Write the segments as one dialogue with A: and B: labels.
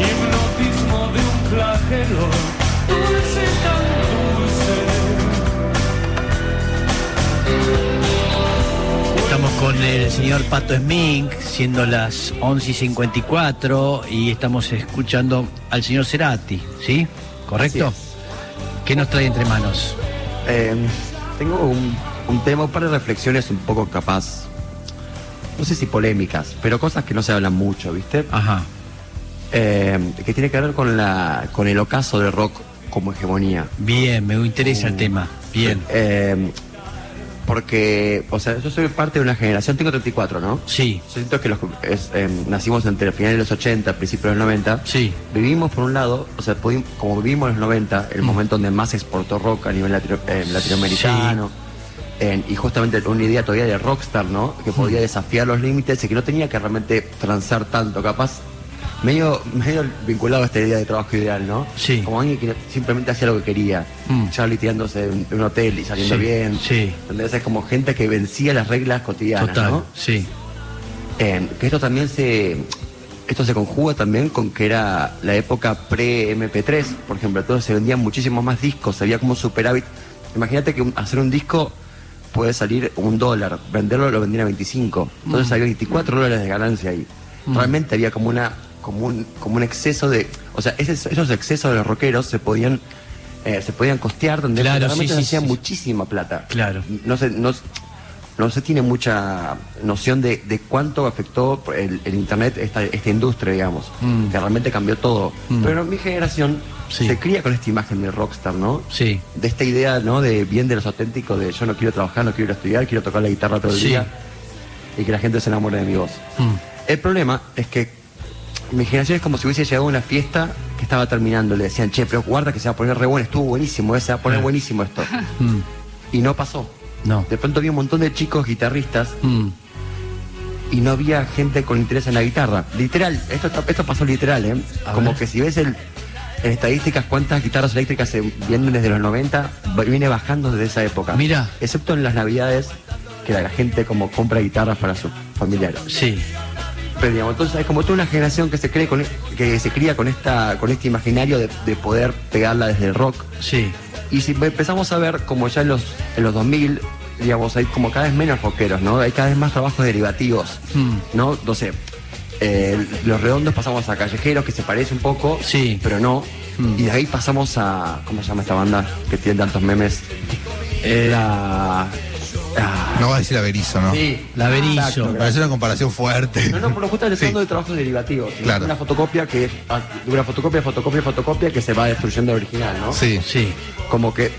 A: Hipnotismo de un flagelo, dulce tan dulce.
B: Estamos con el señor Pato Smink, siendo las 11 y 54, y estamos escuchando al señor Cerati, ¿sí? ¿Correcto? ¿Qué nos trae entre manos?
C: Eh, tengo un, un tema, un par de reflexiones un poco capaz, no sé si polémicas, pero cosas que no se hablan mucho, ¿viste?
B: Ajá.
C: Eh, que tiene que ver con, la, con el ocaso del rock como hegemonía.
B: Bien, me interesa
C: Mm.
B: el tema. Bien.
C: Eh, porque, o sea, yo soy parte de una generación, tengo 34, ¿no?
B: Sí,
C: Yo siento que los, es, eh, nacimos entre finales de los 80, principios de los 90.
B: sí,
C: Vivimos por un lado, o sea, pudi- como vivimos en los 90,
B: Mm.
C: el momento donde más se exportó rock a nivel latino- eh, latinoamericano, en- y justamente una idea todavía de rockstar, ¿no?
B: Mm.
C: Que podía desafiar los límites y que no tenía que realmente transar tanto, capaz. Medio, medio vinculado a esta idea de trabajo ideal, ¿no?
B: Sí.
C: Como alguien que simplemente hacía lo que quería.
B: Mm.
C: Charlie tirándose de un- de un hotel y saliendo
B: Sí,
C: bien.
B: sí.
C: Entonces es como gente que vencía las reglas cotidianas,
B: total,
C: ¿no?
B: sí.
C: Eh, que esto también se. Esto se conjuga también con que era la época pre-MP3, por ejemplo. Entonces se vendían muchísimos más discos, había como superávit. Imagínate que un- hacer un disco puede salir un dólar, venderlo lo vendían a 25. Entonces había 24
B: Mm.
C: dólares de ganancia ahí. Realmente había como una como un, como un exceso de. O sea, ese- esos excesos de los rockeros se podían. eh, se podían costear donde
B: Claro,
C: realmente
B: sí,
C: se
B: sí,
C: hacía
B: sí, sí.
C: muchísima plata.
B: Claro.
C: No sé, no, no se tiene mucha noción de, de cuánto afectó el, el Internet esta, esta industria, digamos,
B: Mm.
C: que realmente cambió todo.
B: Mm.
C: Pero mi generación
B: Sí.
C: se cría con esta imagen de rockstar, ¿no?
B: Sí.
C: De esta idea, ¿no? De bien de los auténticos, de yo no quiero trabajar, no quiero ir a estudiar, quiero tocar la guitarra todo el
B: Sí.
C: día y que la gente se enamore de mi voz.
B: Mm.
C: El problema es que mi generación es como si hubiese llegado a una fiesta que estaba terminando. Le decían, che, pero guarda que se va a poner re bueno, estuvo buenísimo, eh, se va a
B: Ah.
C: poner buenísimo esto.
B: Mm.
C: Y no pasó.
B: No.
C: De pronto había un montón de chicos guitarristas
B: Mm.
C: y no había gente con interés en la guitarra. Literal, esto, está- esto pasó literal, ¿eh?
B: A
C: Como
B: ver.
C: que si ves el, en estadísticas cuántas guitarras eléctricas se venden desde los 90, va- viene bajando desde esa época.
B: Mira.
C: Excepto en las navidades, que la gente como compra guitarras para sus familiares.
B: Sí,
C: Pero digamos, entonces es como toda una generación que se cree con, e, que se cría con esta, con este imaginario de, de poder pegarla desde el rock.
B: sí.
C: Y si empezamos a ver como ya en los, en los 2000, digamos, hay como cada vez menos rockeros, ¿no? Hay cada vez más trabajos derivativos,
B: Mm.
D: Hmm.
C: ¿no? Entonces, eh, los redondos pasamos a callejeros, que se parece un poco,
B: Sí.
C: pero no.
D: Hmm.
C: Y de ahí pasamos a, ¿cómo se llama esta banda que tiene tantos memes? Eh, La... ah,
D: No va a decir averizo, ¿no?
C: sí,
B: La Berizo.
C: Exacto,
D: Me
C: gracias.
D: parece una comparación fuerte.
C: No, no, pero justo
D: Sí.
C: estoy hablando de trabajos derivativos. ¿no?
D: Claro.
C: Una fotocopia que... ah, Una fotocopia, fotocopia, fotocopia que se va destruyendo el original, ¿no?
D: Sí.
B: Sí,
C: como que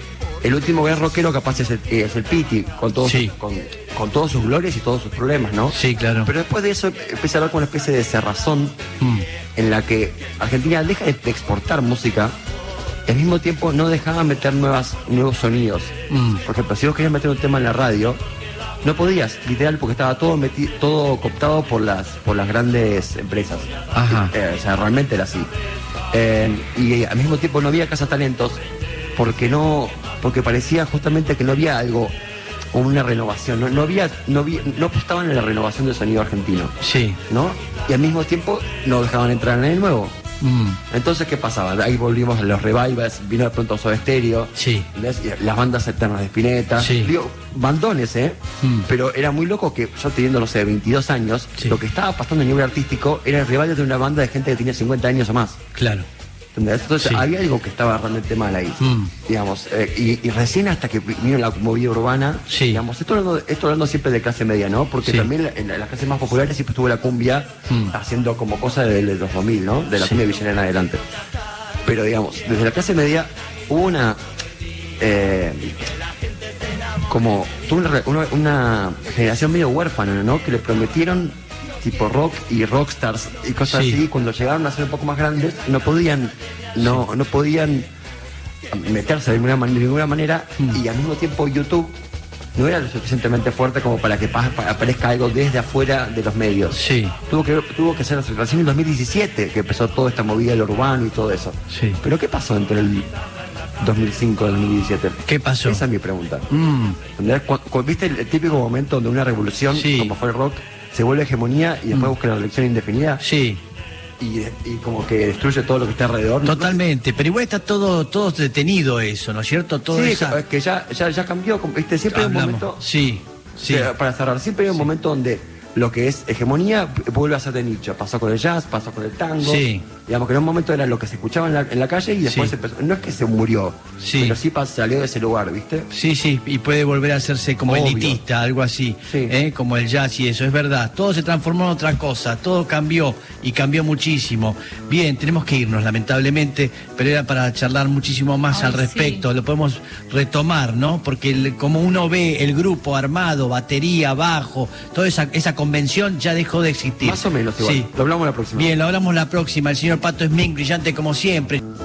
C: el último gran rockero capaz es el, eh, es el Piti, con todos,
B: Sí.
C: con, con todos sus glorias y todos sus problemas, ¿no?
B: Sí, claro.
C: Pero después de eso empieza a hablar con una especie de cerrazón
B: Mm.
C: en la que Argentina deja de de exportar música y al mismo tiempo no dejaba meter nuevas, nuevos sonidos.
B: Mm.
C: Por ejemplo, si vos querías meter un tema en la radio, no podías, literal, porque estaba todo meti- todo cooptado por las, por las grandes empresas.
B: Ajá.
C: Eh, o sea, realmente era así. Eh, y eh, al mismo tiempo no había cazatalentos porque no, porque parecía justamente que no había algo, una renovación, no, no había, no vi- no apostaban en la renovación del sonido argentino,
B: sí.
C: ¿no? Y al mismo tiempo no dejaban entrar en el nuevo.
B: Mm.
C: Entonces, ¿qué pasaba? Ahí volvimos a los revivals, vino de pronto Soda Stereo,
B: Sí.
C: ¿ves? Y las bandas eternas de Spinetta,
B: Sí.
C: digo, bandones, ¿eh?
B: Mm.
C: Pero era muy loco que yo teniendo, no sé, 22 años,
B: Sí.
C: lo que estaba pasando a nivel artístico era el revival de una banda de gente que tenía 50 años o más.
B: Claro.
C: ¿Entendés? Entonces
B: Sí.
C: había algo que estaba realmente mal ahí,
B: Mm.
C: digamos. eh, y, y recién hasta que vino la movida urbana,
B: Sí.
C: digamos, esto hablando, esto hablando siempre de clase media, ¿no? Porque
B: Sí.
C: también la- en la- las clases más populares siempre estuvo la cumbia
B: Mm.
C: haciendo como cosa de, de los 2000, ¿no? De la
B: Sí.
C: cumbia villana en adelante. Pero digamos, desde la clase media hubo una... eh, como tuvo una, re- una- una generación medio huérfana, ¿no? Que le prometieron tipo rock y rockstars y cosas
B: Sí.
C: así. Cuando llegaron a ser un poco más grandes, no podían, no, no podían meterse de ninguna, man- de ninguna manera. Y al mismo tiempo YouTube no era lo suficientemente fuerte como para que pa- pa- aparezca algo desde afuera de los medios.
B: Sí.
C: Tuvo que, tuvo que ser recién en 2017 que empezó toda esta movida del urbano y todo eso.
B: Sí.
C: Pero ¿qué pasó entre el 2005 y el 2017?
B: ¿Qué pasó?
C: Esa es mi pregunta.
B: Mm,
C: ¿Entendés? Cu- cu- ¿Viste el, el típico momento donde una revolución,
B: Sí. Mm.
C: como fue el rock, se vuelve hegemonía y después busca la elección indefinida
B: sí,
C: y, y como que destruye todo lo que está alrededor? ¿No?
B: totalmente. Pero igual está todo, todo detenido eso, ¿no es cierto? Todo
C: sí,
B: esa-
C: es que ya, ya, ya cambió. como- ¿viste? Siempre hay un
B: hablamos.
C: momento. Eh,
B: Sí, sí.
C: o sea, para cerrar, siempre hay un momento donde lo que es hegemonía vuelve a ser de nicho. Pasó con el jazz, pasó con el tango.
B: Sí.
C: Digamos que en un momento era lo que se escuchaba en la, en la calle y después
B: Sí.
C: empezó- no es que se murió,
B: Sí.
C: pero sí pas- salió de ese lugar, ¿viste?
B: Sí, sí, y puede volver a hacerse como
C: Obvio.
B: elitista, algo así,
C: Sí.
B: ¿eh? como el jazz y eso, es verdad. Todo se transformó en otra cosa, todo cambió y cambió muchísimo. Bien, tenemos que irnos, lamentablemente, pero era para charlar muchísimo más
E: Ay,
B: al
E: sí.
B: respecto. Lo podemos retomar, ¿no? Porque el- como uno ve el grupo armado, batería, bajo, toda esa, esa convención ya dejó de existir.
C: Más o menos igual.
B: Sí.
C: Lo hablamos la próxima.
B: Bien, lo hablamos la próxima. El señor Pato Smink, brillante como siempre.